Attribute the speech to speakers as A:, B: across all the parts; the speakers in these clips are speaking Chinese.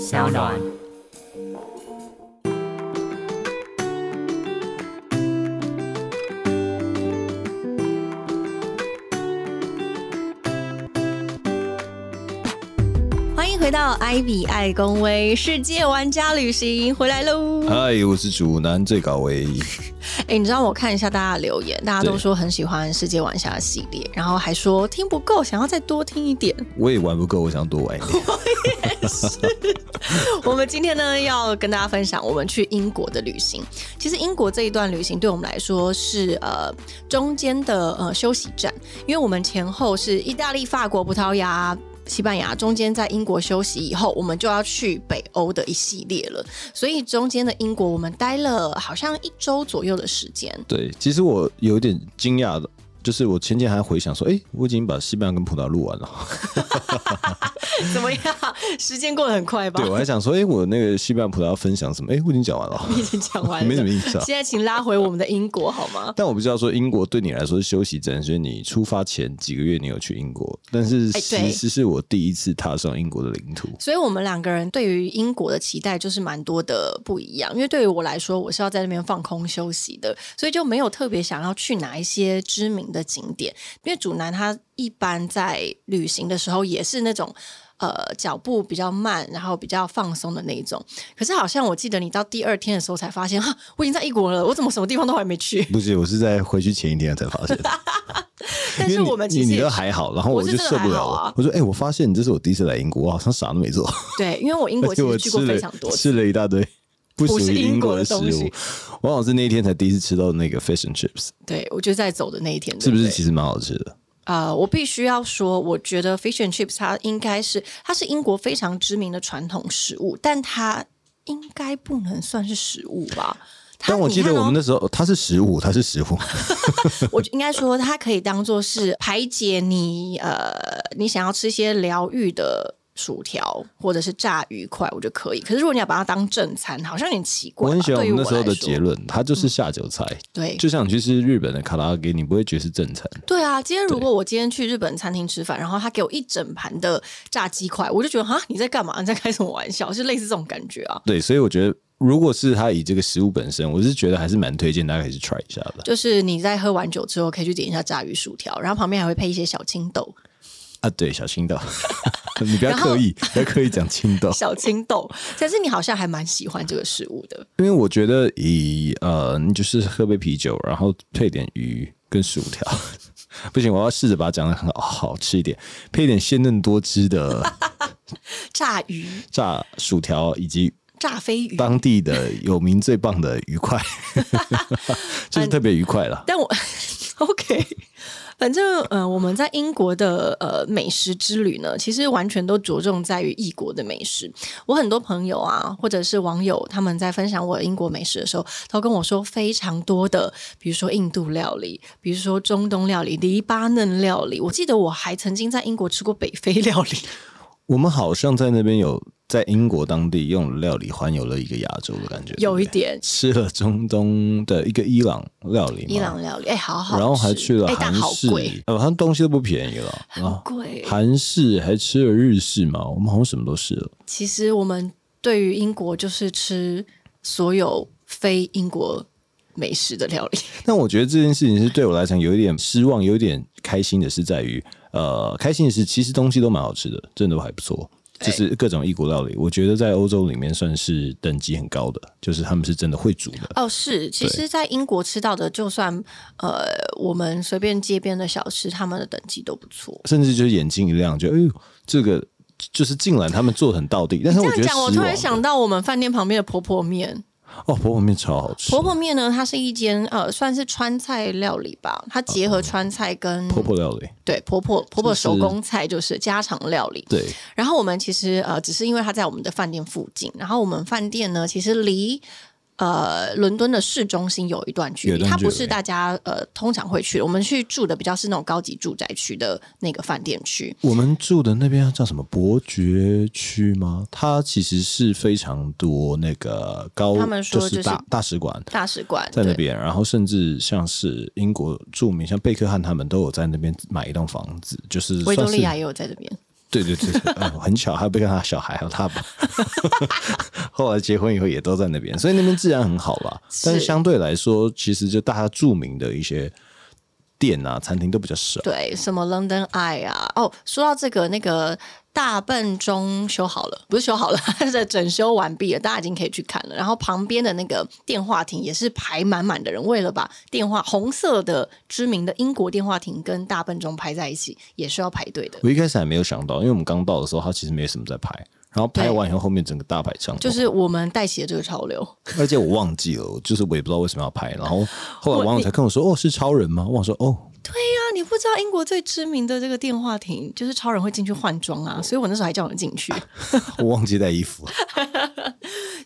A: 小暖。欢迎回到艾比爱公威世界玩家旅行回来喽！
B: 嗨，我是主男最高维，
A: 哎、你知道我看一下大家的留言，大家都
B: 对
A: 说很喜欢《世界玩家》的系列，然后还说听不够，想要再多听一点。
B: 我也玩不够，我想多玩一 点。
A: 我们今天呢要跟大家分享我们去英国的旅行。其实英国这一段旅行对我们来说是呃中间的呃休息站，因为我们前后是意大利、法国、葡萄牙。西班牙中间在英国休息以后，我们就要去北欧的一系列了，所以中间的英国我们待了好像一周左右的时 间。
B: 对，其实我有一点惊讶的，就是我前天还回想说，哎、我已经把西班牙跟葡萄牙录完 了。
A: 怎么样？时间过得很快吧
B: 对，？我还想说，哎、我那个西班牙、葡萄牙分享什么？哎、我已经讲完了，
A: 已经讲完了，
B: 没什么印啊象。
A: 现在请拉回我们的英国好吗？
B: 但我不知道说英国对你来说是休息站，所以你出发前几个月你有去英国，但是
A: 哎对
B: 其实是我第一次踏上英国的领土。
A: 所以我们两个人对于英国的期待就是蛮多的不一样，因为对于我来说，我是要在那边放空休息的，所以就没有特别想要去哪一些知名的景点。因为主男他一般在旅行的时候也是那种。呃，脚步比较慢，然后比较放松的那一种。 可是好像我记得你到第二天的时候才发现，哈，我已经在异国了，我怎么什么地方都还没去？
B: 不是，我是在回去前一天才发现。
A: 但
B: 因
A: 是
B: 为
A: 我们
B: 你
A: 其实
B: 你
A: 也
B: 都还好，然后
A: 我
B: 我
A: 是
B: 就
A: 真的
B: 受
A: 还
B: 不
A: 好
B: 了
A: 啊
B: 了。我说，哎、我发现你这是我第一次来英国，我好像啥都没做。
A: 对，因为我英国
B: 而
A: 其
B: 且
A: 实
B: 我
A: 去
B: 吃
A: 过非
B: 了
A: 常多次。
B: 吃了一大堆 不
A: 不
B: 属
A: 是
B: 于
A: 英
B: 英
A: 国
B: 国
A: 的
B: 的食
A: 东西
B: 物。我好像是那一天才第一次吃到那个 fish and chips，
A: 对，我就在走的那一天，
B: 是
A: 对
B: 不是
A: 对
B: 其实蛮好吃的？
A: 呃，我必须要说，我觉得 fish and chips 它应该是它是英国非常知名的传统食物，但它应该不能算是食物吧？它哦
B: 但我记得我们、那时候它是食物，它是食物，
A: 你看哦我应该说它可以当做是排解你呃，你想要吃一些疗愈的薯条或者是炸鱼块，我觉得可以。可是如果你要把它当正餐，好像有点奇怪吧。
B: 我很喜欢
A: 对于
B: 我们
A: 我
B: 那时候
A: 来
B: 的
A: 说嗯
B: 结，论，它就是下酒菜。
A: 对
B: 就像你去吃日本的卡拉 OK，你不会觉得是正餐，
A: 对啊，今天如果我今天去日本餐厅吃饭，然后他给我一整盘的炸鸡块，我就觉得哈，你在干嘛？你在开什么玩笑？是类似这种感觉啊。
B: 对，所以我觉得如果是它以这个食物本身，我是觉得还是蛮推荐大家可以去 try 一下的。
A: 就是你在喝完酒之后，可以去点一下炸鱼薯条，然后旁边还会配一些小青豆。
B: 啊，对，小青豆， 你不要
A: 然后
B: 刻意，不要刻意讲青豆，
A: 小青豆，但是你好像还蛮喜欢这个食物的。
B: 因为我觉得以呃，你就是喝杯啤酒，然后配点鱼跟薯条。 不行，我要试着把它讲的很好好吃一点，配点鲜嫩多汁的
A: 炸鱼、
B: 炸薯条，以及
A: 炸飞鱼，
B: 当地的有名最棒的鱼块， 就是特别愉快了。
A: 但我 OK，反正呃，我们在英国的呃美食之旅呢，其实完全都着重在于异国的美食。我很多朋友啊，或者是网友，他们在分享我英国美食的时候，都跟我说非常多的，比如说印度料理，比如说中东料理、黎巴嫩料理。我记得我还曾经在英国吃过北非料 理。
B: 我们好像在那边有在英国当地用料理环游了一个亚洲的感觉，
A: 有一
B: 对不对
A: 点
B: 吃了中东的一个伊朗料理嘛，
A: 伊朗料理，哎、好好吃，
B: 然后还去了
A: 哎、
B: 韩
A: 但好
B: 式啊
A: 贵，，
B: 呃，好像东西都不便宜了，然后
A: 很贵。
B: 韩式还吃了日式嘛，我们好像什么都试了。
A: 其实我们对于英国就是吃所有非英国美食的料理，
B: 但我觉得这件事情是对我来讲有一点失望，有一点开心的是在于，呃，开心的是其实东西都蛮好吃的，真的都还不错。
A: 对
B: 就是各种异国料理，我觉得在欧洲里面算是等级很高的，就是他们是真的会煮的。
A: 哦，是，其
B: 对
A: 实，在英国吃到的，就算呃，我们随便街边的小吃，他们的等级都不错。
B: 甚至就是眼睛一亮，就哎呦，这个就是竟然他们做得很到地，但是
A: 这
B: 我
A: 样
B: 觉得
A: 讲，我
B: 失
A: 突
B: 望
A: 然想到我们饭店旁边的婆婆面。
B: 哦，婆婆面超好吃，
A: 婆婆面呢，它是一间呃，算是川菜料理吧，它结合川菜跟
B: 哦婆婆料理，
A: 对婆婆婆婆
B: 就是
A: 手工菜，就是家常料理。
B: 对，
A: 然后我们其实呃，只是因为它在我们的饭店附近，然后我们饭店呢，其实离。呃，伦敦的市中心有一段距
B: 有
A: 离，
B: 一段
A: 它
B: 距
A: 不是
B: 离
A: 大家呃通常会去的。我们去住的比较是那种高级住宅区的那个饭店区，
B: 我们住的那边叫什么伯爵区吗？它其实是非常多那个高，
A: 他们说就是
B: 是大大使馆
A: 大使馆
B: 在那
A: 对
B: 边，然后甚至像是英国著名，像贝克汉他们都有在那边买一栋房子，就是
A: 维
B: 算
A: 多利
B: 是
A: 亚也有在这边。
B: 对对对，对嗯很巧，他不跟他小孩还有他爸， 后来结婚以后也都在那边，所以那边治安很好啦。但是
A: 是
B: 相对来说，其实就大家著名的一些店啊、餐厅都比较少。
A: 对，什么 London Eye 啊，哦，说到这个，那个大笨钟修好了，不是修好了， 它是整修完毕了，大家已经可以去看了。然后旁边的那个电话亭也是排满满的人，为了把电话红色的知名的英国电话亭跟大笨钟排在一起，也是要排队的。
B: 我一开始还没有想到，因为我们刚到的时候，他其实没什么在拍，然后拍
A: 对
B: 完以后，后面整个大排长龙，
A: 就是我们带起了这个潮流，
B: 而且我忘记了，我就是我也不知道为什么要拍，然后后来
A: 我
B: 网友才跟我说：“哦，是超人吗？”我想说：“哦，
A: 啊，你不知道英国最知名的这个电话亭，就是超人会进去换装啊，所以我那时候还叫人进去。
B: 我忘记带衣服。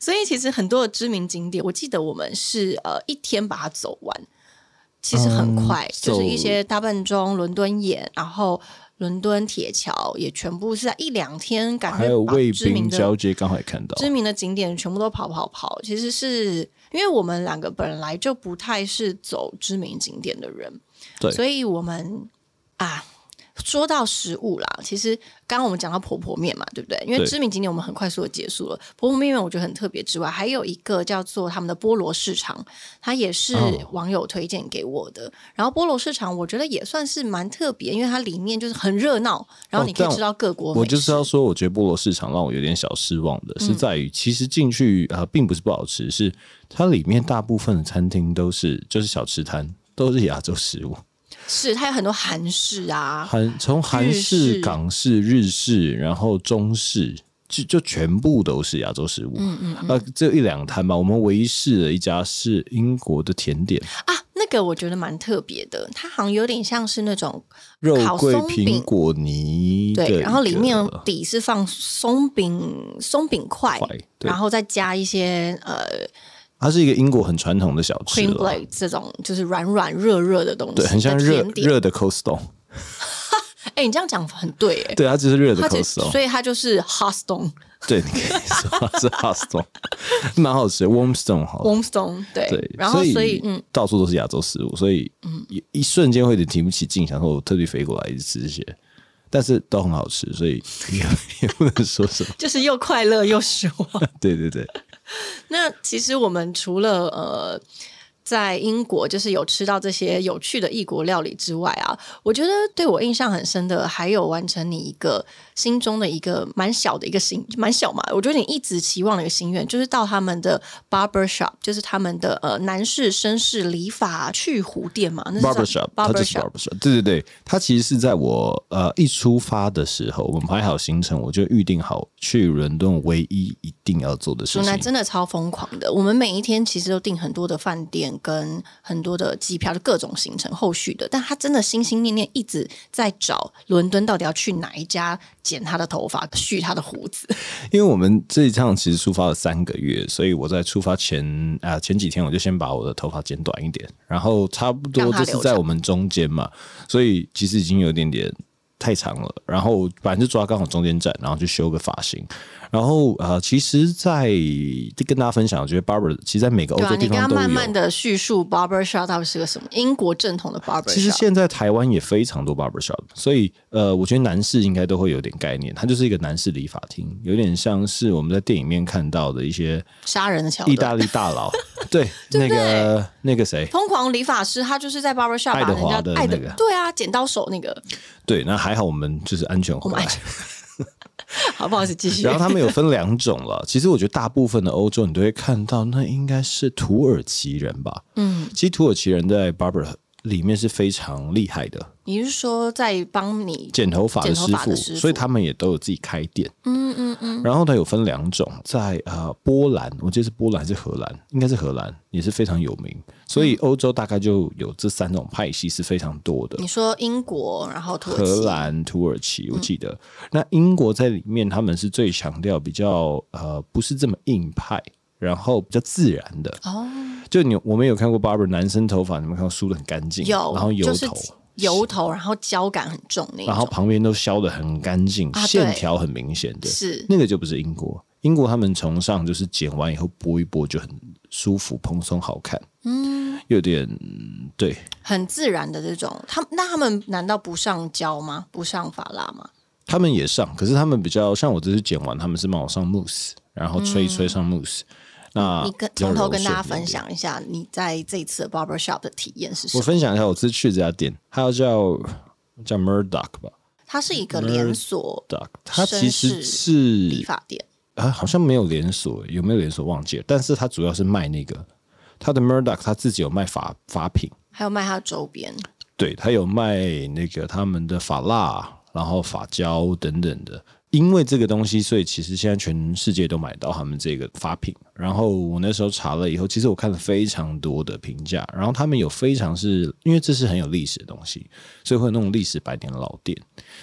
A: 所以其实很多的知名景点，我记得我们是呃一天把它走完，其实很快，
B: 嗯
A: 就是一些大笨钟、伦敦眼，然后伦敦铁桥也全部是在一两天，”感
B: 还有
A: 觉把
B: 卫
A: 知名
B: 兵
A: 的
B: 交接，刚好也看到，
A: 知名的景点全部都跑跑跑。其实是因为我们两个本来就不太是走知名景点的人，
B: 对
A: 所以我们啊。说到食物啦，其实刚刚我们讲到婆婆面嘛，对不对？因为
B: 对
A: 知名景点我们很快速的结束了。婆婆面我觉得很特别之外，还有一个叫做他们的菠萝市场，它也是
B: 哦
A: 网友推荐给我的。然后菠萝市场我觉得也算是蛮特别，因为它里面就是很热闹，然后
B: 哦
A: 你可以
B: 但
A: 吃到各国美食、
B: 我就是要说，我觉得菠萝市场让我有点小失望的
A: 嗯
B: 是在于，其实进去啊、呃并不是不好吃，是它里面大部分的餐厅都是就是小吃摊，都是亚洲食物，
A: 是它有很多韩式啊，
B: 韩从韩
A: 日
B: 式、
A: 式
B: 港式、日式，然后中式。就就全部都是亚洲食物，嗯嗯呃，只有一两摊吧。我们唯一试的一家是英国的甜点，
A: 啊，那个我觉得蛮特别的，它好像有点像是那种
B: 肉桂
A: 烤松饼
B: 苹果泥的一
A: 对，
B: 个，
A: 然后里面底是放松饼松饼块
B: 块，对
A: 然后再加一些呃
B: 它是一个英国很传统的小吃
A: cream
B: 了
A: b l a k 这种就是软软热热的东西，
B: 啊对，很像
A: 的
B: 热
A: 甜点。
B: 热的 cold stone，
A: 哎，你这样讲很对，哎，
B: 对，它就是热的
A: 它
B: cold
A: 就
B: stone，
A: 所以它就是 hot stone
B: 对，你可以说它是 hot stone，蛮好吃的，warm stone 好了。
A: warm stone 对，
B: 哦对，
A: 然后所以嗯，
B: 嗯，到处都是亚洲食物，所以一一瞬间会有点提不起劲，想说我特地飞过来一直吃这些，但是都很好吃，所以也也不能说什么。
A: 就是又快乐又失望。
B: 对对对，
A: 那其实我们除了呃。在英国，就是有吃到这些有趣的异国料理之外啊，我觉得对我印象很深的，还有完成你一个心中的一个蛮小的一个心，蛮小嘛。我觉得你一直期望的一个心愿，就是到他们的 barber shop，就是他们的呃男士、绅士理发去胡店嘛，那是
B: barber shop，它就
A: barber
B: 是
A: shop，
B: barber shop。对对对，它其实是在我呃一出发的时候，我们排好行程，我就预定好去伦敦唯一一定要做的事
A: 主
B: 情
A: 南。真的超疯狂的，我们每一天其实都订很多的饭店跟很多的机票，就各种行程后续的。但他真的心心念念一直在找伦敦到底要去哪一家剪他的头 发、蓄他的胡子。
B: 因为我们这一趟其实出发了三个月，所以我在出发前啊、前几天我就先把我的头发剪短一点，然后差不多
A: 让它
B: 就是
A: 留
B: 在
A: 长
B: 我们中间嘛，所以其实已经有一点点太长了。然后反正就抓刚好中间站，然后去修个发型。然后啊，呃其实在，跟大家分享，我觉得 barber 其实在每个欧
A: 对啊，
B: 洲
A: 你
B: 地
A: 跟他
B: 方都有。
A: 慢慢的叙述 barber shop 到底是个什么英国正统的 barber
B: 其实
A: shop。
B: 现在台湾也非常多 barber shop，所以呃，我觉得男士应该都会有点概念，它就是一个男士理发厅，有点像是我们在电影里面看到的一些
A: 杀人的桥
B: 意
A: 段。
B: 大利大佬， 对，那个那个谁，
A: 疯狂理发师，他就是在 barber shop
B: 爱
A: 把
B: 德
A: 人
B: 华
A: 家
B: 的
A: 爱的
B: 那个
A: 对啊，剪刀手那 个，
B: 对，那还好我们就是安全
A: 我
B: 回
A: 们
B: 来
A: 爱。好不好意思继续
B: 然后他们有分两种了，其实我觉得大部分的欧洲你都会看到，那应该是土耳其人吧。嗯，其实土耳其人在 barber 里面是非常厉害的，
A: 你是说在帮你
B: 剪头发的
A: 剪头
B: 师
A: 发
B: 傅，
A: 的师傅
B: 所以他们也都有自己开店。嗯嗯嗯。然后它有分两种，在呃波兰，我记得是波兰还是荷兰，应该是荷兰，也是非常有名。所
A: 嗯
B: 以欧洲大概就有这三种派系是非常多的。
A: 你说英国，然后土耳
B: 荷
A: 其，嗯
B: 兰、土耳其，我记得、那英国在里面，他们是最强调比较呃不是这么硬派，然后比较自然的。
A: 哦，
B: 就你我们有看过 barber 男生头发，你们看到梳的很干净，
A: 有，
B: 然后油头，
A: 就是油头，然后胶感很重那一
B: 然后
A: 种，
B: 旁边都削的很干净，
A: 啊对
B: 线条很明显的，
A: 是
B: 那个就不是英国。英国他们崇尚就是剪完以后拨一拨就很舒服、蓬松、好看，嗯，有点对，
A: 很自然的这种。他们那他们难道不上胶吗？不上发蜡吗？
B: 他们也上，可是他们比较像我这次剪完，他们是帮我上 mousse，然后吹一吹上 mousse、那
A: 嗯你跟
B: 啊比较
A: 从头
B: 柔
A: 跟
B: 顺
A: 大家
B: 一点
A: 分享一下你在这一次的 barber shop 的体验是什
B: 我
A: 么？
B: 分享一下，我这次去这家店，它叫叫 Murdoch 吧
A: 它是一个
B: 嗯
A: 连锁
B: ，Doc，它
A: 绅
B: 其实
A: 士理
B: 是
A: 发店，
B: 啊，好像没有连锁，有没有连锁忘记了，但是它主要是卖那个，它的 Murdoch 它自己有卖法法品，
A: 还有卖它的周边。
B: 对，它有卖那个他们的发蜡，然后发胶等等的。因为这个东西，所以其实现在全世界都买到他们这个发品。然后我那时候查了以后，其实我看了非常多的评价，然后他们有非常是因为这是很有历史的东西，所以会有那种历史百年老店。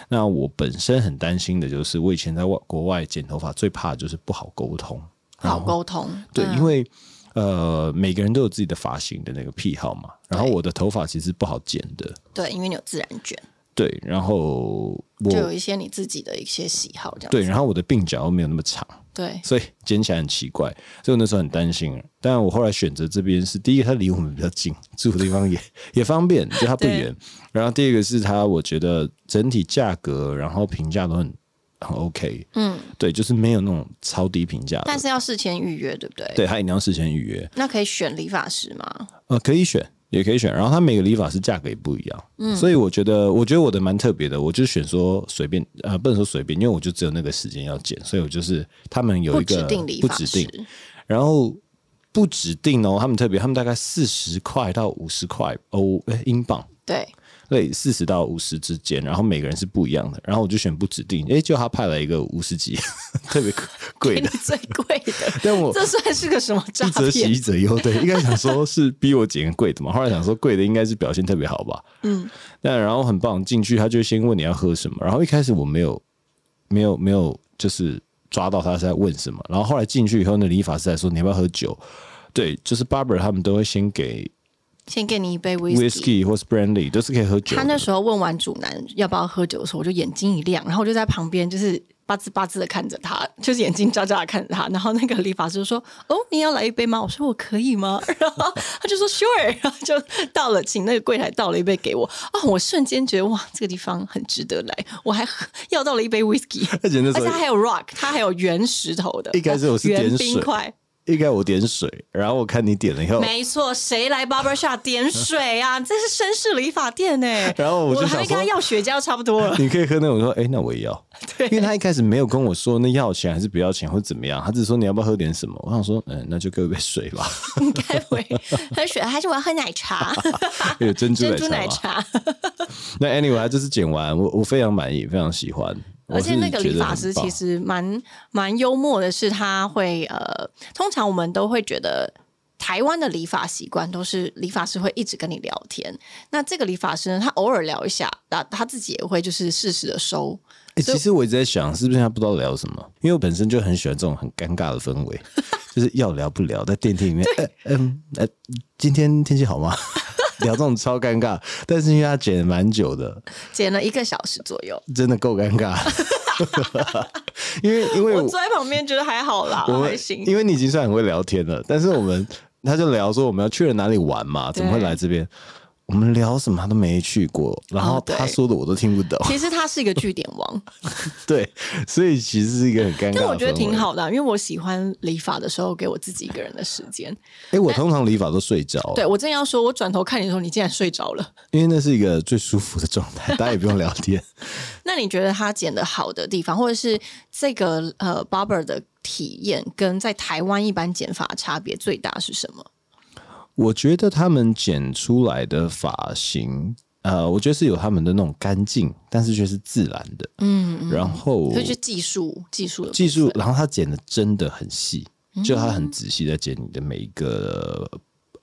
B: 那我本身很担心的就是，我以前在外国外剪头发，最怕的就是不好沟通。
A: 好沟通，
B: 对，因为呃，每个人都有自己的发型的那个癖好嘛。然后我的头发其实不好剪的，
A: 对，因为你有自然卷，
B: 对，然后
A: 就
B: 我
A: 有一些你自己的一些喜好，这样
B: 对，
A: 子
B: 然后我的鬓角又没有那么长，
A: 对
B: 所以剪起来很奇怪，所以我那时候很担心。但我后来选择这边是第一个，它离我们比较近，住的地方也也方便，就它不
A: 对
B: 远。然后第二个是它，我觉得整体价格，然后评价都很很 OK，嗯，对，就是没有那种超低评价
A: 但
B: 的。
A: 是要事前预约，对不对？
B: 对，它一定要事先预约，
A: 那可以选理发师吗？
B: 呃，可以选，也可以选。然后它每个理发师价格也不一样，嗯，所以我觉得，我觉得我的蛮特别的，我就选说随便，呃，不能说随便，因为我就只有那个时间要剪，所以我就是他们有
A: 不
B: 一个
A: 指定理
B: 不
A: 发
B: 指
A: 师
B: 定，，然后不指定哦，他们特别，他们大概四十块到五十块欧诶英镑。
A: 对，
B: 对，四十到五十之间，然后每个人是不一样的，然后我就选不指定，诶，就他派了一个五十几， 特 别贵
A: 给你
B: 的，
A: 最贵 的，
B: 但我
A: 这算是个什么诈
B: 一则喜，
A: 骗
B: 一？则忧。对，应该想说是逼我剪个贵的嘛，后来想说贵的应该是表现特别好吧。嗯，那然后很棒，进去他就先问你要喝什么，然后一开始我没有没有没有就是抓到他是在问什么，然后后来进去以后，那理发师在说你要不要喝酒？对，就是 barber 他们都会先给
A: 先给你一杯 whisky。
B: whisky 或是 brandy 都是可以喝酒
A: 他
B: 的。
A: 那时候问完主男要不要喝酒的时候，我就眼睛一亮，然后我就在旁边就是吧唧吧唧的看着他，就是眼睛眨眨的看着他。然后那个理发师就说：“哦，你也要来一杯吗？”我说：“我可以吗？” 然后他就说：“Sure。”然后就倒了，请那个柜台倒了一杯给我。哦，我瞬间觉得哇，这个地方很值得来，我还喝要到了一杯 whisky，
B: 而 且那
A: 而
B: 时
A: 且
B: 候
A: 它还有 rock，它还有原石头的。
B: 一开始我是点
A: 原
B: 水
A: 冰块，
B: 应该我点水，然后我看你点了以后，
A: 没错，谁来 barber shop 点水啊？这是绅士理发店呢、
B: 然后我就
A: 还没
B: 想说
A: 跟他要雪茄，差不 多了。
B: 你可以喝那种说，哎、那我也要。因为
A: 对，
B: 他一开始没有跟我说那要钱还是不要钱或怎么样，他只是说你要不要喝点什么。我想说，嗯，那就给我一杯水 吧，
A: 应该会喝水，还是我要喝奶 茶？
B: 有珍珠奶
A: 珍珠
B: 茶吧。
A: 奶茶。
B: 那 anyway，他就是剪完，我我非常满意，非常喜欢。
A: 而且
B: 我是
A: 那个
B: 觉
A: 理
B: 得
A: 发
B: 很
A: 师
B: 棒
A: 其实蛮蛮幽默的，是他会呃，通常我们都会觉得。台湾的理发习惯都是理发师会一直跟你聊天，那这个理发师呢，他偶尔聊一下，那他自己也会就是适时的收，
B: 欸其实我一直在想，是不是他不知道聊什么？因为我本身就很喜欢这种很尴尬的氛 围，就是要聊不聊，在电梯里面，呃嗯呃，今天天气好吗？ 聊这种超尴尬，但是因为他剪得蛮久的，
A: 剪了一个小时左右。
B: 真的够尴 尬。因为因为
A: 我坐在旁边觉得还好啦，
B: 我
A: 还
B: 们
A: 行。
B: 因为你已经算很会聊天了，但是我们他就聊说我们要去了哪里玩嘛，怎么会
A: 对
B: 来这边？我们聊什么他都没去过，然后
A: 哦对
B: 他说的我都听不 懂，
A: 其实他是一个据点 王，
B: 对，所以其实是一个很尴尬。
A: 但我觉得挺。好的啊、因为我喜欢理发的时候给我自己一个人的时间。
B: 哎、我通常理发都睡着，
A: 对我真的要说，我转头看你的时候，你竟然睡着 了。
B: 因为那是一个最舒服的状态，大家也不用聊 天。
A: 那你觉得他剪的好的地方，或者是这个呃 barber 的体验，跟在台湾一般剪发差别最大是什么？
B: 我觉得他们剪出来的发型，呃，我觉得是有他们的那种干净，但是却是自然的。嗯，然后
A: 就是技术技术的部
B: 技术
A: 分，
B: 然后他剪的真的很细，就他很仔细的剪你的每一个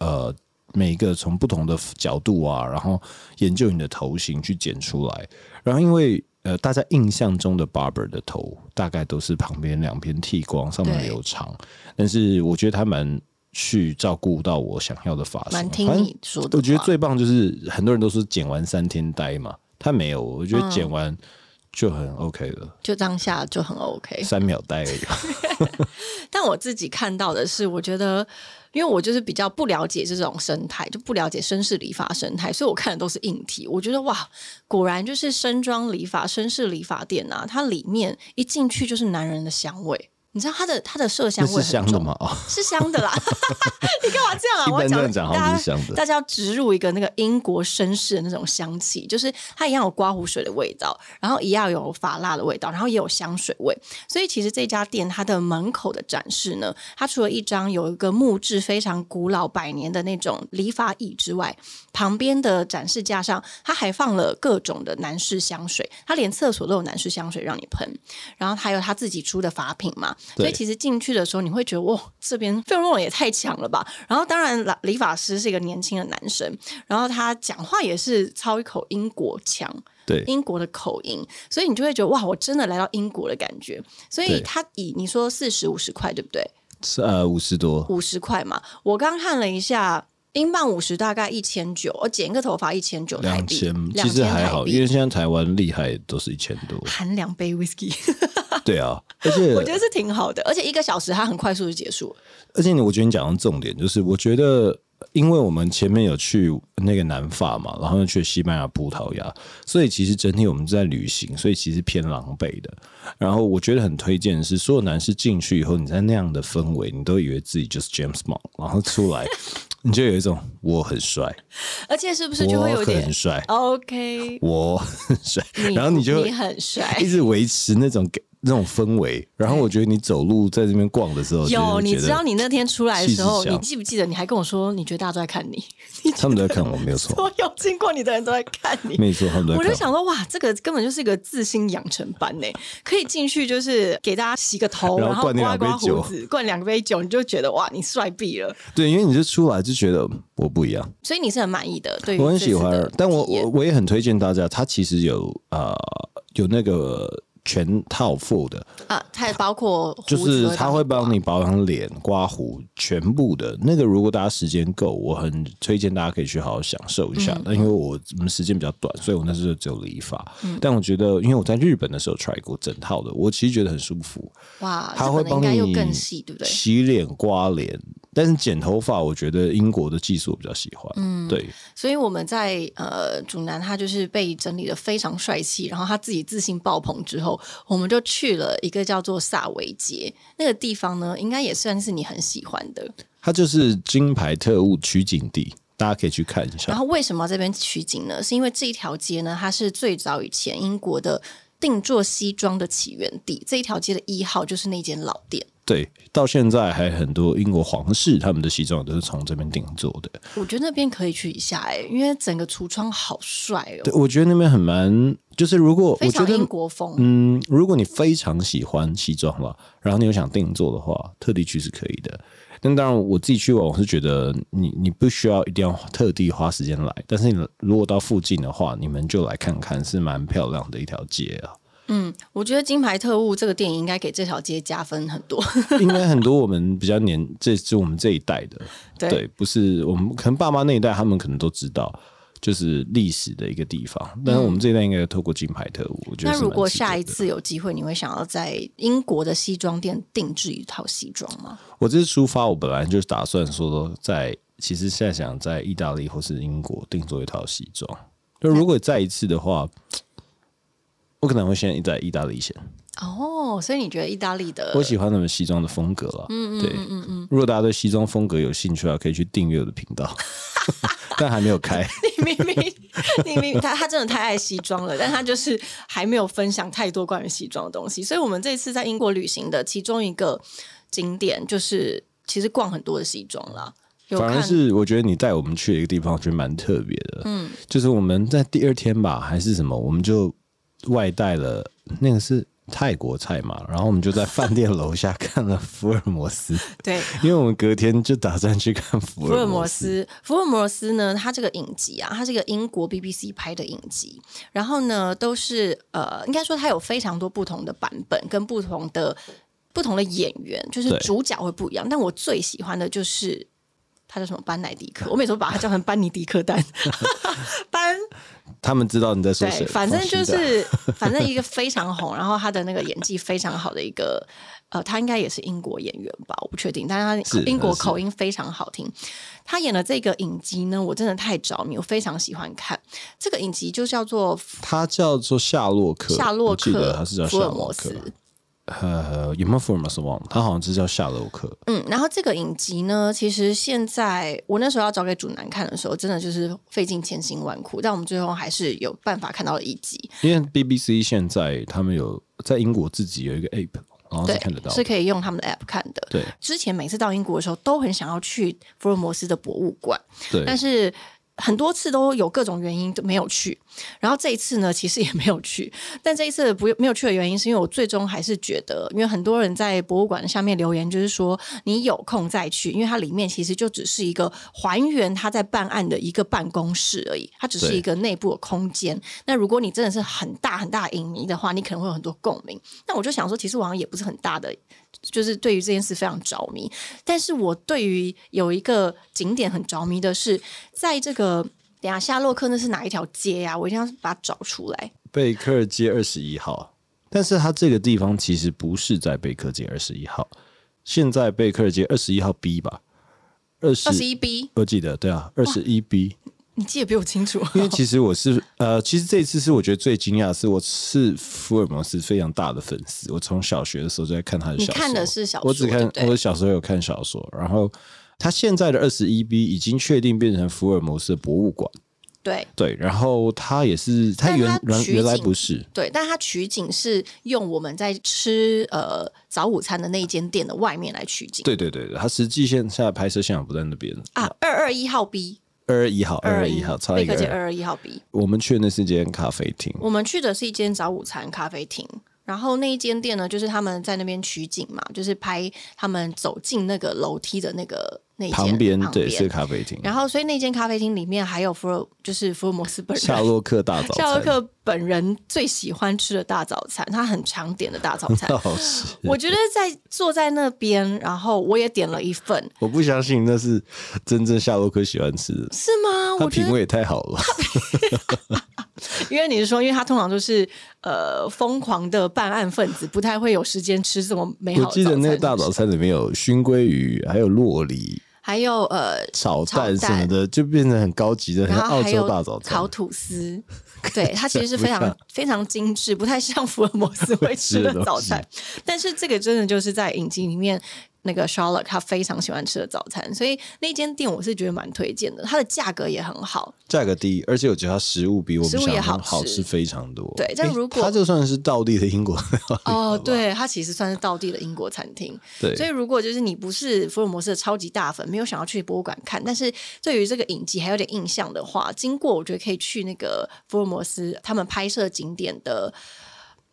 B: 呃每一个从不同的角度啊，然后研究你的头型去剪出来。然后因为呃大家印象中的 barber 的头大概都是旁边两边剃光，上面
A: 对
B: 留长，但是我觉得他蛮去照顾到我想要的发型，
A: 蛮听
B: 反正
A: 你说的话。
B: 我觉得最棒就是很多人都说剪完三天呆嘛，他没有，我
A: 嗯
B: 觉得剪完就很 OK 了，
A: 就当下就很 OK。
B: 三秒呆而已。
A: 但我自己看到的是，我觉得因为我就是比较不了解这种生态，就不了解绅士理发生态，所以我看的都是硬体。我觉得哇，果然就是深装理发、绅士理发店啊，它里面一进去就是男人的香味。你知道它的它的麝香
B: 那
A: 味很
B: 是香的
A: 重
B: 吗？哦，
A: 是香的啦， 你干嘛这样啊？
B: 一
A: 我
B: 般这
A: 要
B: 样
A: 讲
B: 讲好
A: 大家
B: 像是香的。
A: 大家要植入一个那个英国绅士的那种香气，就是它一样有刮胡水的味道，然后一样有发蜡的味道，然后也有香水味。所以其实这家店它的门口的展示呢，它除了一张有一个木质非常古老百年的那种理发椅之外，旁边的展示架上它还放了各种的男士香水，它连厕所都有男士香水让你喷，然后还有他自己出的法品嘛。
B: 对
A: 所以其实进去的时候，你会觉得哇，这边费洛蒙也太强了吧！然后当然，啦理发师是一个年轻的男生，然后他讲话也是操一口英国腔，
B: 对，
A: 英国的口音，所以你就会觉得哇，我真的来到英国的感觉。所以
B: 对
A: 他以你说四十五十块，对不对？
B: 是呃五十多，
A: 五十块嘛，我刚看了一下。英镑五十大概一千九，我剪一个头发一千九台
B: 两
A: 币
B: 千，，
A: 两
B: 其实
A: 千
B: 还
A: 台
B: 好，
A: 币，
B: 因为现在台湾厉害都是一千多
A: 含两杯 whisky，
B: 对啊，而且
A: 我觉得是挺好的，而且一个小时它很快速就结束了。
B: 而且我觉得你讲到重点，就是我觉得，因为我们前面有去那个南法嘛，然后又去西班牙、葡萄牙，所以其实整体我们在旅行，所以其实偏狼狈的。然后我觉得很推荐的是，所有男士进去以后，你在那样的氛围，你都以为自己就是 James Bond，然后出来 你就有一种我很帅，
A: 而且是不是就会
B: 我
A: 有点
B: 很帅，
A: OK？
B: 我 很帅，然后
A: 你
B: 你就
A: 你很帅
B: 一，直维持那种那种氛围。然后我觉得你走路在这边逛的时候，就
A: 有
B: 是
A: 你
B: 觉
A: 知
B: 得
A: 道你那天出来的时候，
B: 气质
A: 你
B: 像
A: 记不记得你还跟我说，你觉得大家都在看你，
B: 他们都在看我，没有 错，
A: 所有经过你的人都在看你。
B: 没错，他们都在
A: 我
B: 看
A: 就想说，哇，这个根本就是一个自信养成班呢，可以进去就是给大家洗个头，
B: 然
A: 然
B: 后灌你
A: 刮一
B: 两杯
A: 刮胡
B: 酒
A: 子，灌两杯酒，你就觉得哇，你帅毙了。
B: 对，因为你就出来就觉得嗯我不一样，
A: 所以你是很满意的，对于
B: 我很
A: 这
B: 喜
A: 次
B: 欢
A: 的。
B: 但我
A: 体验
B: 我我也很推荐大家，它其实有呃有那个全套 full 的，
A: 啊，它也包括
B: 就
A: 胡子
B: 是它会
A: 帮
B: 帮你保养脸、刮胡全部的那个。如果大家时间够，我很推荐大家可以去好好享受一
A: 嗯
B: 下。但因为我我们时间比较短，所以我那时候只有理发。
A: 嗯
B: 但我觉得，因为我在日本的时候 try 过整套的，我其实觉得很舒服。
A: 哇，
B: 它
A: 日
B: 会
A: 本的应
B: 帮
A: 该
B: 你
A: 又更细，对不对？
B: 洗脸、刮脸，但是剪头发，我觉得英国的技术我比较喜欢。嗯，对。
A: 所以我们在呃，主男他就是被整理的非常帅气，然后他自己自信爆棚之后，我们就去了一个叫做萨维街那个地方呢，应该也算是你很喜欢的。
B: 它就是金牌特务取景地，大家可以去看一
A: 然
B: 下。
A: 后为什么这边取景呢？是因为这一条街呢，它是最早以前英国的定做西装的起源地。这一条街的一号就是那间老店。
B: 对，到现在还很多英国皇室他们的西装都是从这边定做的。
A: 我觉得那边可以去一下哎、因为整个橱窗好帅
B: 对，
A: 哦，
B: 我觉得那边很蛮，就是如果
A: 非
B: 我觉
A: 常英
B: 得，
A: 国风。
B: 嗯，如果你非常喜欢西装了，然后你又想定做的话，特地去是可以的。但当然，我自己去玩，我是觉得你你不需要一定要特地花时间来，但是你如果到附近的话，你们就来看看，是蛮漂亮的一条 街啊。
A: 我觉得《金牌特务》这个电影应该给这条街加分很 多。
B: 应该很多我们比较年，这是我们这一代的，
A: 对
B: 不是我们可能爸妈那一代，他们可能都知道，就是历史的一个地方。但是我们这一代应该透过金牌特务，我觉
A: 嗯
B: 得
A: 那
B: 是
A: 如
B: 蛮
A: 果
B: 值得
A: 下一
B: 的，
A: 次有机会，你会想要在英国的西装店定制一套西装吗？
B: 我这次出发，我本来就是打算说在，其实现在想在意大利或是英国定做一套西装。就如果再一次的话， 我可能会先在意大利先，
A: 哦，所以你觉得意大利的
B: 我喜欢他们西装的风格了。嗯嗯，对，嗯嗯。如果大家对西装风格有兴趣啊，可以去订阅我的频道， 但还没有开。
A: 你明明，你明明他他真的太爱西装了，但他就是还没有分享太多关于西装的东西。所以我们这次在英国旅行的其中一个景点，就是其实逛很多的西装啦。有
B: 反而
A: 看
B: 是我觉得你带我们去的一个地方，我觉得蛮特别的。嗯，就是我们在第二天吧，还是什么，我们就外带了那个是泰国菜嘛，然后我们就在饭店楼下 看了福尔摩斯，
A: 对
B: 因为我们隔天就打算去看福
A: 福尔
B: 尔
A: 摩
B: 摩斯。
A: 斯，福尔摩斯呢，它这个影集啊，它是一个英国 BBC 拍的影集，然后呢，都是呃，应该说它有非常多不同的版本跟不同的不同的演员，就是
B: 对
A: 主角会不一样。但我最喜欢的就是 他叫什么班乃迪克，我每次都把他叫成班尼迪克丹，班
B: 他们知道你在说谁
A: 对，。反正就
B: 放心的
A: 是，反正一个非常红，然后他的那个演技非常好的一个，呃，他应该也是英国演员吧，我不确定，但是
B: 是
A: 他英国
B: 是
A: 口音非常好听。他演的这个影集呢，我真的太着迷，我非常喜欢看。这个影集就叫做《
B: 他叫做夏洛克，
A: 夏洛
B: 我记
A: 克
B: 得他是叫》夏
A: 福尔
B: 洛
A: 摩
B: 克
A: 斯。。
B: 呃，有没有福尔摩斯忘了？他好像是叫夏洛克。
A: 嗯，然后这个影集呢，其实现在我那时候要找给主男看的时候，真的就是费尽千辛万苦，但我们最后还是有办法看到了一集，
B: 因为 BBC 现在他们有在英国自己有一个 app，然哦后是
A: 对
B: 看得，到的
A: 是可以用他们的 app 看的。
B: 对
A: 之前每次到英国的时候，都很想要去福尔摩斯的博物馆，但
B: 对，
A: 是很多次都有各种原因都没有去。然后这一次呢，其实也没有去。但这一次不没有去的原因，是因为我最终还是觉得，因为很多人在博物馆下面留言，就是说你有空再去，因为它里面其实就只是一个还原他在办案的一个办公室而已，它只是
B: 对
A: 一个内部的空间。那如果你真的是很大很大的影迷的话，你可能会有很多共鸣。那我就想说，其实我好像也不是很大的。就是对于这件事非常着迷，但是我对于有一个景点很着迷的是，在这个等一下夏洛克那是哪一条街呀、我一定要把它找出来。
B: 贝克街二十一号。但是它这个地方其实不是在贝克街二十一号，现在贝克街二十一号 B 吧，二十
A: 二十一 B，
B: 我记得对啊，二十一 B。
A: 你记得比我清楚。
B: 因为其实我是呃，其实这一次是我觉得最惊讶的是，我是福尔摩斯非常大的粉丝。我从小学的时候就在看他的小说，
A: 你看的是小说
B: 我只
A: 对
B: 看
A: 不对
B: 我小时候有看小说，然后他现在的二十一 B 已经确定变成福尔摩斯的博物馆，
A: 对
B: 对，然后他也是他
A: 但
B: 原
A: 它
B: 原
A: 取
B: 原来
A: 景
B: 不是，
A: 对，但它取景是用我们在吃呃早午餐的那一间店的外面来取景。
B: 对对对，对他实际现在拍摄现场不在那边
A: 啊，二二一号 B，
B: 二二一号，二二一号，差了
A: 贝
B: 一个
A: 克街
B: 2
A: 二二一号 B。
B: 我们去的那是间咖啡厅，
A: 我们去的是一间早午餐咖啡厅，然后那一间店呢，就是他们在那边取景嘛，就是拍他们走进那个楼梯的那个那一间
B: 旁边对是咖啡厅，
A: 然后所以那间咖啡厅里面还有福尔，就是福尔摩 斯本人。
B: 夏洛克大早
A: 夏洛
B: 餐，
A: 克本人最喜欢吃的大早餐，他很常点的大早餐。
B: 到时
A: 我觉得在坐在那边，然后我也点了一份，
B: 我不相信那是真正夏洛克喜欢吃的，
A: 是吗？啊
B: 他
A: 我觉
B: 品
A: 得，
B: 味也太好了。
A: 因为你是说，因为他通常就是呃疯狂的办案分子，不太会有时间吃这么美好的
B: 我
A: 早
B: 记
A: 餐。
B: 得那个大早餐里面有熏鲑鱼，还有洛梨、
A: 还有呃，
B: 炒
A: 炒
B: 蛋
A: 蛋
B: 什么的，就变成很高级的，很
A: 然
B: 像
A: 后
B: 哎澳
A: 还
B: 洲
A: 有
B: 大早
A: 烤
B: 餐。
A: 吐 司，对，它其实是
B: 不
A: 非
B: 像
A: 常非常精致，不太像福尔摩斯会吃的早餐。 但是这个真的就是在影集里面。那个 Charlotte 她非常喜欢吃的早餐，所以那间店我是觉得蛮推荐的，它的价格也很好。
B: 价格低，而且我觉得它食物比我们
A: 食
B: 想
A: 物也
B: 象中
A: 好吃
B: 好吃非常多。
A: 对但
B: 诶
A: 如果
B: 它就算是道地的英国 料理，
A: 哦，对，它其实算是道地的英国餐厅。
B: 对
A: 所以如果就是你不是福尔摩斯的超级大粉，没有想要去博物馆看，但是对于这个影集还有点印象的话，经过我觉得可以去那个福尔摩斯他们拍摄景点的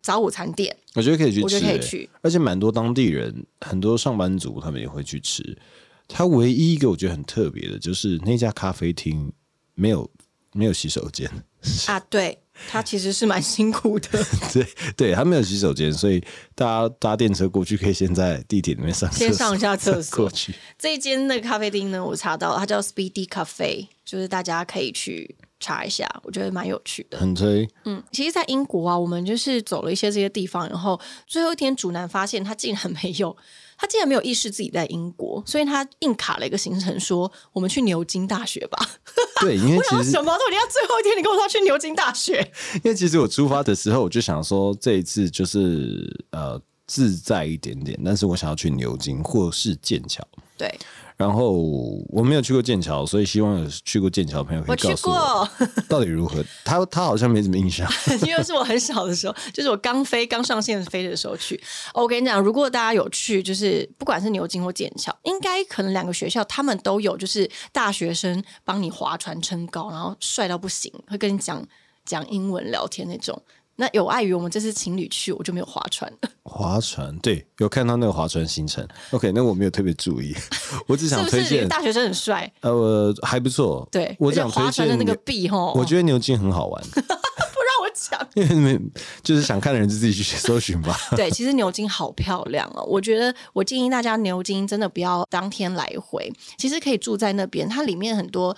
A: 早午餐店。
B: 我觉得可以去吃、
A: 我觉得可以
B: 欸
A: 去
B: 而且蛮多当地人，很多上班族他们也会去吃。它唯一一个我觉得很特别的，就是那家咖啡厅没有没有洗手间， 欸
A: 啊，对，他其实是蛮辛苦的，
B: 对对，它没有洗手间，所以大家搭电车过去可以先在地铁里面上厕
A: 先
B: 所
A: 上一下厕
B: 过
A: 所。
B: 去。
A: 这一间那个咖啡厅呢，我查到它叫 Speedy Cafe，就是大家可以去查一下，我觉得蛮有趣的。
B: 很推，
A: 嗯，其实，在英国啊，我们就是走了一些这些地方，然后最后一天主男发现他竟然没有，他竟然没有意识自己在英国，所以他硬卡了一个行程说，我们去牛津大学吧。
B: 对，因为
A: 然
B: 其
A: 后
B: 实
A: 什么？都已经到最后一天，你跟我说去牛津大学？
B: 因为其实我出发的时候，我就想说这一次就是呃自在一点点，但是我想要去牛津或是剑桥。
A: 对，
B: 然后我没有去过剑桥，所以希望有去过剑桥的朋友可
A: 我
B: 以
A: 去
B: 告诉我
A: 过。
B: 到底如何。他他好像没什么印象，
A: 因为是我很小的时候，就是我刚飞刚上线飞的时候去。哦我跟你讲，如果大家有去，就是不管是牛津或剑桥，应该可能两个学校他们都有，就是大学生帮你划船撑高，然后帅到不行，会跟你讲讲英文聊天那种。那有碍于我们这次情侣去，我就没有划船。
B: 划船对，有看到那个划船行程。OK，那我没有特别注意， 我只
A: 是
B: 想
A: 不
B: 推
A: 是
B: 荐。
A: 大学生很帅？
B: 呃，还不错。
A: 对，
B: 我
A: 而且
B: 想推
A: 划船
B: 荐
A: 的那个哦
B: 牛
A: 币吼，
B: 我觉得牛津很好玩，
A: 不让我讲。
B: 因为没就是想看的人就自己去搜寻吧。
A: 对，其实牛津好漂亮哦，我觉得我建议大家牛津真的不要当天来回，其实可以住在那边，它里面很多。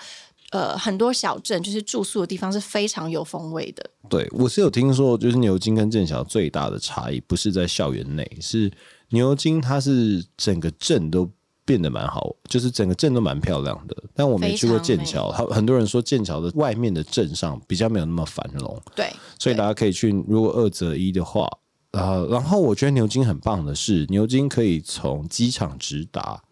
A: 呃很多小镇，就是住宿的地方是非常有风味的。
B: 对我是有听说，就是牛津跟剑桥最大的差异不是在校园内，是牛津它是整个镇都变得蛮好，就是整个镇都蛮漂亮的。但我没去过剑桥，很很多人说剑桥的外面的镇上比较没有那么繁荣，
A: 对，
B: 所以大家可以去。如果二择一的话，呃，然后我觉得牛津很棒的是，牛津可以从机场直达，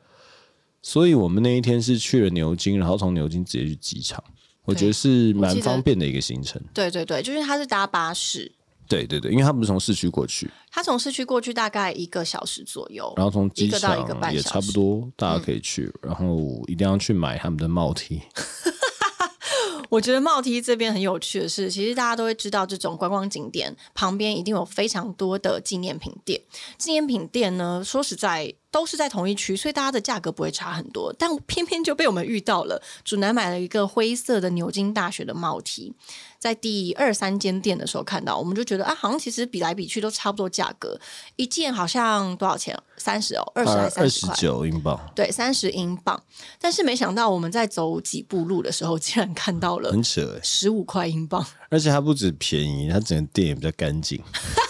B: 所以我们那一天是去了牛津，然后从牛津直接去机场，我觉得是蛮方便的一个行程。
A: 对对对，就是他是搭巴士，
B: 对对对，因为他不是从市区过去，
A: 他从市区过去大概一个小时左右，
B: 然后从
A: 哦
B: 机
A: 一个到一个
B: 场
A: 半
B: 也
A: 小时，嗯
B: 差不多，大家可以去，然后一定要去买他们的帽 T。
A: 我觉得帽梯这边很有趣的是，其实大家都会知道，这种观光景点旁边一定有非常多的纪念品店。纪念品店呢，说实在都是在同一区，所以大家的价格不会差很多。但偏偏就被我们遇到了，主男买了一个灰色的牛津大学的帽梯，在第二三间店的时候看到，我们就觉得啊，好像其实比来比去都差不多价格，一件好像多少钱？三十哦，二十还是
B: 呃二
A: 三
B: 十
A: 十块？
B: 九英镑，
A: 对，三十英镑。但是没想到我们在走几步路的时候，竟然看到了
B: 很扯欸
A: 十五块英镑，
B: 而且它不止便宜，它整个店也比较干净，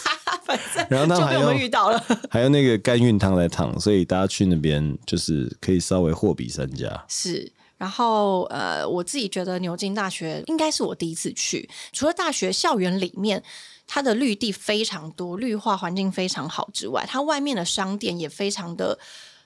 A: 反
B: 然后
A: 正
B: 他
A: 就
B: 还
A: 被我们
B: 用
A: 遇到了。
B: 还有那个干熨烫来烫，所以大家去那边就是可以稍微货比三家。
A: 是，然后呃，我自己觉得牛津大学应该是我第一次去，除了大学校园里面。它的绿地非常多，绿化环境非常好之外，它外面的商店也非常的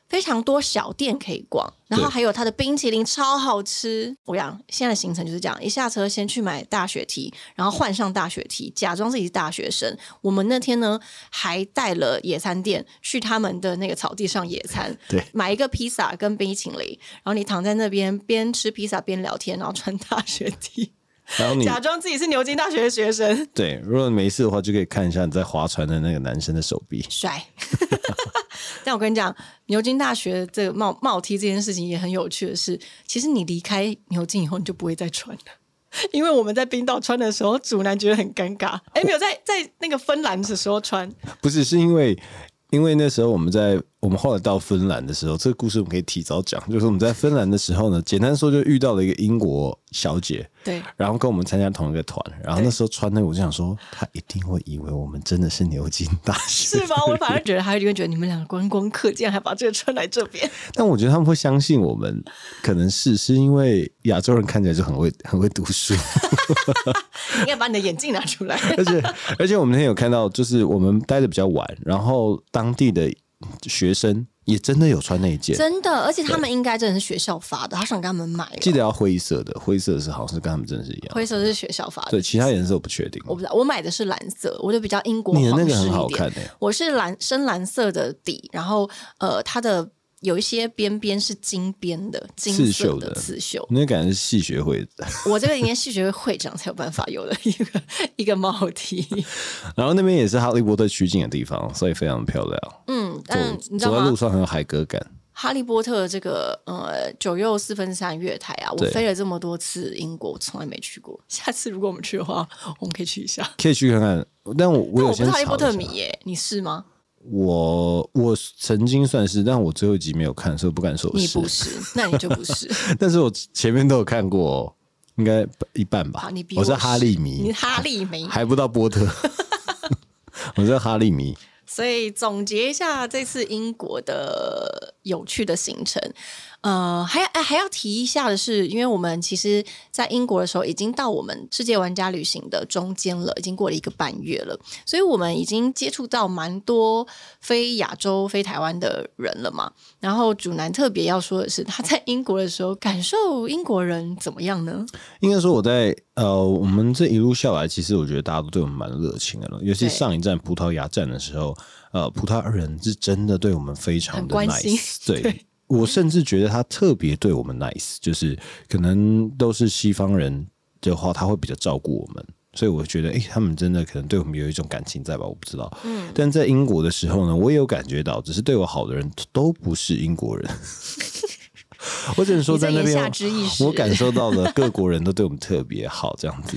A: 非常多小店可以逛，然后
B: 对
A: 还有它的冰淇淋超好吃。我想现在的行程就是这样：一下车先去买大学 T，然后换上大学 T，假装自己是大学生。我们那天呢还带了野餐垫去他们的那个草地上野餐，
B: 对
A: 买一个披萨跟冰淇淋，然后你躺在那边边吃披萨边聊天，然后穿大学 T，
B: 然后你
A: 假装自己是牛津大学的学生，
B: 对，如果没事的话，就可以看一下你在划船的那个男生的手臂。
A: 帅。 但我跟你讲，牛津大学这个帽帽 T 这件事情也很有趣的是，其实你离开牛津以后，你就不会再穿了。 因为我们在冰岛穿的时候，主男觉得很尴 尬。哎，没有在在那个芬兰的时候穿，
B: 不是，是因为因为那时候我们在我们后来到芬兰的时候，这个故事我们可以提早讲，就是我们在芬兰的时候呢，简单说就遇到了一个英国小姐，
A: 对
B: 然后跟我们参加同一个团，然后
A: 对
B: 那时候穿那个，我就想说，她一定会以为我们真的是牛津大 学，
A: 是吗？我反而觉得他就会觉得你们两个观光客竟然还把这个穿来这边。
B: 但我觉得他们会相信我们，可能是是因为亚洲人看起来就很会 很会读书，
A: 你应该把你的眼镜拿出来。
B: 而且而且我们那天有看到，就是我们待的比较晚，然后当地的学生也真的有穿那一件，
A: 真的，而且他们应该真的是学校发的，他想给他们买了。
B: 记得要灰色的，灰色是好像是跟他们真的是一样。
A: 灰色是学校发的
B: 对，，其他颜色我不确定。
A: 我不知道，我买的是蓝色，我就比较英国
B: 你的那
A: 皇
B: 个
A: 室
B: 很
A: 一
B: 好
A: 点。
B: 看诶、
A: 我是蓝深蓝色的底，然后呃，它的有一些边边是金边的，金
B: 刺
A: 色
B: 绣的
A: 刺绣。
B: 那感觉是系学会的。
A: 我这个应该系学会会长才有办法有的一个 一个帽 T。
B: 然后那边也是哈利波特取景的地方，所以非常漂亮。
A: 嗯，但
B: 走
A: 你知道
B: 走在
A: 吗
B: 路？上很有海格感。
A: 哈利波特这个呃九又四分三月台啊，我
B: 对
A: 飞了这么多次英国，我从来没去过。下次如果我们去的话，我们可以去一下。
B: 可以去看看，但我我
A: 但
B: 有
A: 我不
B: 先
A: 是
B: 查
A: 哈利波
B: 了
A: 特
B: 一下
A: 迷耶，你是吗？
B: 我我曾经算是，但我最后一集没有看，所以不敢说我
A: 你
B: 是。
A: 不是，那你就不 是。
B: 但是我前面都有看过哦，应该一半吧。
A: 好，啊你比
B: 我
A: 我
B: 是哈利
A: 你
B: 迷，
A: 哈利迷。
B: 还不到 波特。我是哈利迷，
A: 所以总结一下这次英国的有趣的行程，呃，还哎还要提一下的是，因为我们其实在英国的时候已经到我们世界玩家旅行的中间了，已经过了一个半月了，所以我们已经接触到蛮多非亚洲、非台湾的人了嘛。然后主男特别要说的是，他在英国的时候感受英国人怎么样呢？
B: 应该说我在呃，我们这一路下来，其实我觉得大家都对我们蛮热情的了。尤其
A: 对
B: 上一站葡萄牙站的时候，呃，葡萄牙人是真的对我们非常
A: 很
B: 的
A: 关心
B: nice，对。我甚至觉得他特别对我们 nice，就是可能都是西方人的话，他会比较照顾我们，所以我觉得，诶，他们真的可能对我们有一种感情在吧，我不知道。嗯，但在英国的时候呢，我也有感觉到，只是对我好的人都不是英国人。我只能说，
A: 你这
B: 在那
A: 言
B: 边
A: 下之意是
B: 我感受到了各国人都对我们特别好， 这样子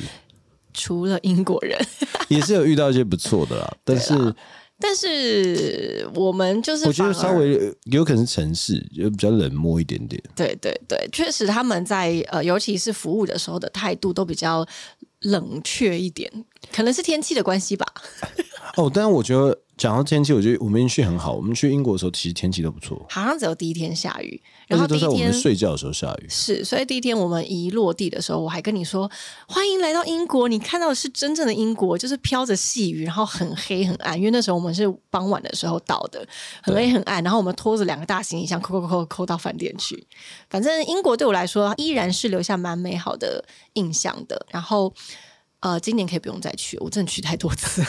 A: 除了英国人，
B: 也是有遇到一些不错的啦。但是
A: 但是我们就是
B: 我觉得
A: 反而
B: 稍微呃有可能是城市就比较冷漠一点点。
A: 对对对，确实他们在呃，尤其是服务的时候的态度都比较冷却一点，可能是天气的关系吧。
B: 哦，但是我觉得讲到天气，我觉得我们去很好。我们去英国的时候，其实天气都不错，
A: 好像只有第一天下雨，
B: 而
A: 然后第
B: 且都
A: 一
B: 在我
A: 天
B: 们睡觉的时候下雨。
A: 是，所以第一天我们一落地的时候，我还跟你说欢迎来到英国，你看到的是真正的英国，就是飘着细雨，然后很黑很暗，因为那时候我们是傍晚的时候到的，很黑很暗，然后我们拖着两个大行李箱，抠抠抠抠到饭店去。反正英国对我来说依然是留下蛮美好的印象的，然后。呃，今年可以不用再去，我真的去太多次。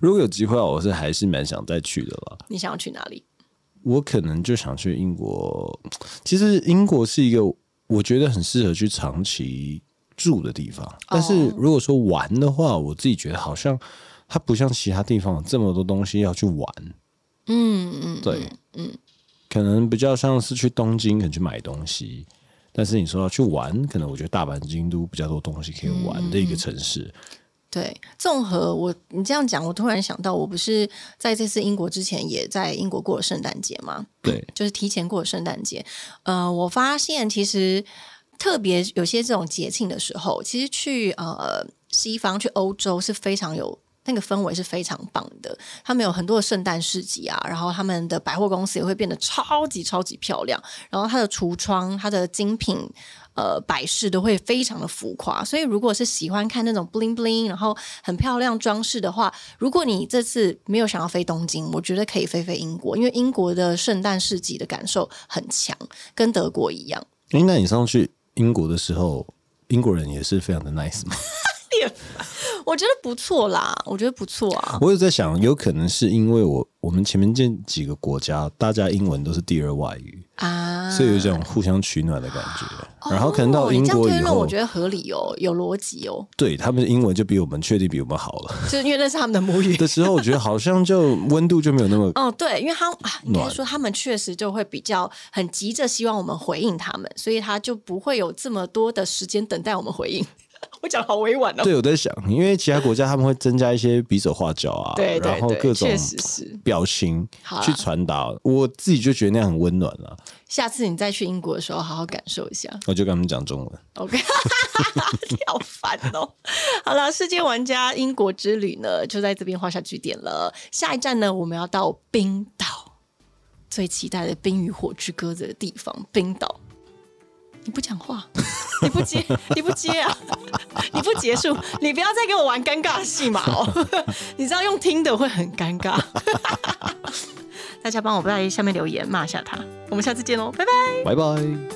B: 如果有机会啊，我是还是蛮想再去的啦。
A: 你想要去哪里？
B: 我可能就想去英国。其实英国是一个我觉得很适合去长期住的地方，但是如果说玩的话，我自己觉得好像它不像其他地方有这么多东西要去玩。嗯嗯，对，嗯，可能比较像是去东京，可能去买东西。但是你说要去玩，可能我觉得大阪、京都比较多东西可以玩的一个城市。
A: 对，综合我你这样讲，我突然想到，我不是在这次英国之前也在英国过了圣诞节吗？
B: 对，
A: 就是提前过圣诞节。呃，我发现其实特别有些这种节庆的时候，其实去呃西方去欧洲是非常有。那个氛围是非常棒的，他们有很多的圣诞市集啊，然后他们的百货公司也会变得超级超级漂亮，然后它的橱窗、它的精品呃摆饰都会非常的浮夸，所以如果是喜欢看那种 bling bling，然后很漂亮装饰的话，如果你这次没有想要飞东京，我觉得可以飞飞英国，因为英国的圣诞市集的感受很强，跟德国一样。
B: 诶那你上次去英国的时候，英国人也是非常的 nice 吗？
A: 我觉得不错啦，我觉得不错啊。
B: 我有在想，有可能是因为我我们前面这几个国家，大家英文都是第二外语，
A: 啊，
B: 所以有一种互相取暖的感觉。然后可能到英
A: 哦、你
B: 国
A: 这样
B: 以
A: 推论
B: 后
A: 我，觉得合理哦，有逻辑哦，
B: 对他们的英文就比我们确定比我们好了
A: 就是因为那是他们的母语。
B: 的时候，我觉得好像就温度就没有那么
A: 哦，对，因为他啊，应该
B: 暖
A: 说他们确实就会比较很急着希望我们回应他们，所以他就不会有这么多的时间等待我们回应。 我讲得好委婉哦。
B: 对。我在想，因为其他国家他们会增加一些比手画脚啊，
A: 对对
B: 然后
A: 对
B: 各种
A: 确实是
B: 表情
A: 好啦啊
B: 去传达，我自己就觉得那样很温暖了、
A: 下次你再去英国的时候，好好感受一下。
B: 我就跟他们讲中文。
A: OK，你好烦哦。好了，世界玩家英国之旅呢，就在这边画下句点了。下一站呢，我们要到冰岛，最期待的《冰与火之歌》的地方——冰岛。你不讲话， 你不接，你不接啊，你不结束，你不要再给我玩尴尬戏码哦。 你知道用听的会很尴尬。 大家帮我在下面留言骂一下他。我们下次见喽，拜拜。
B: 拜拜。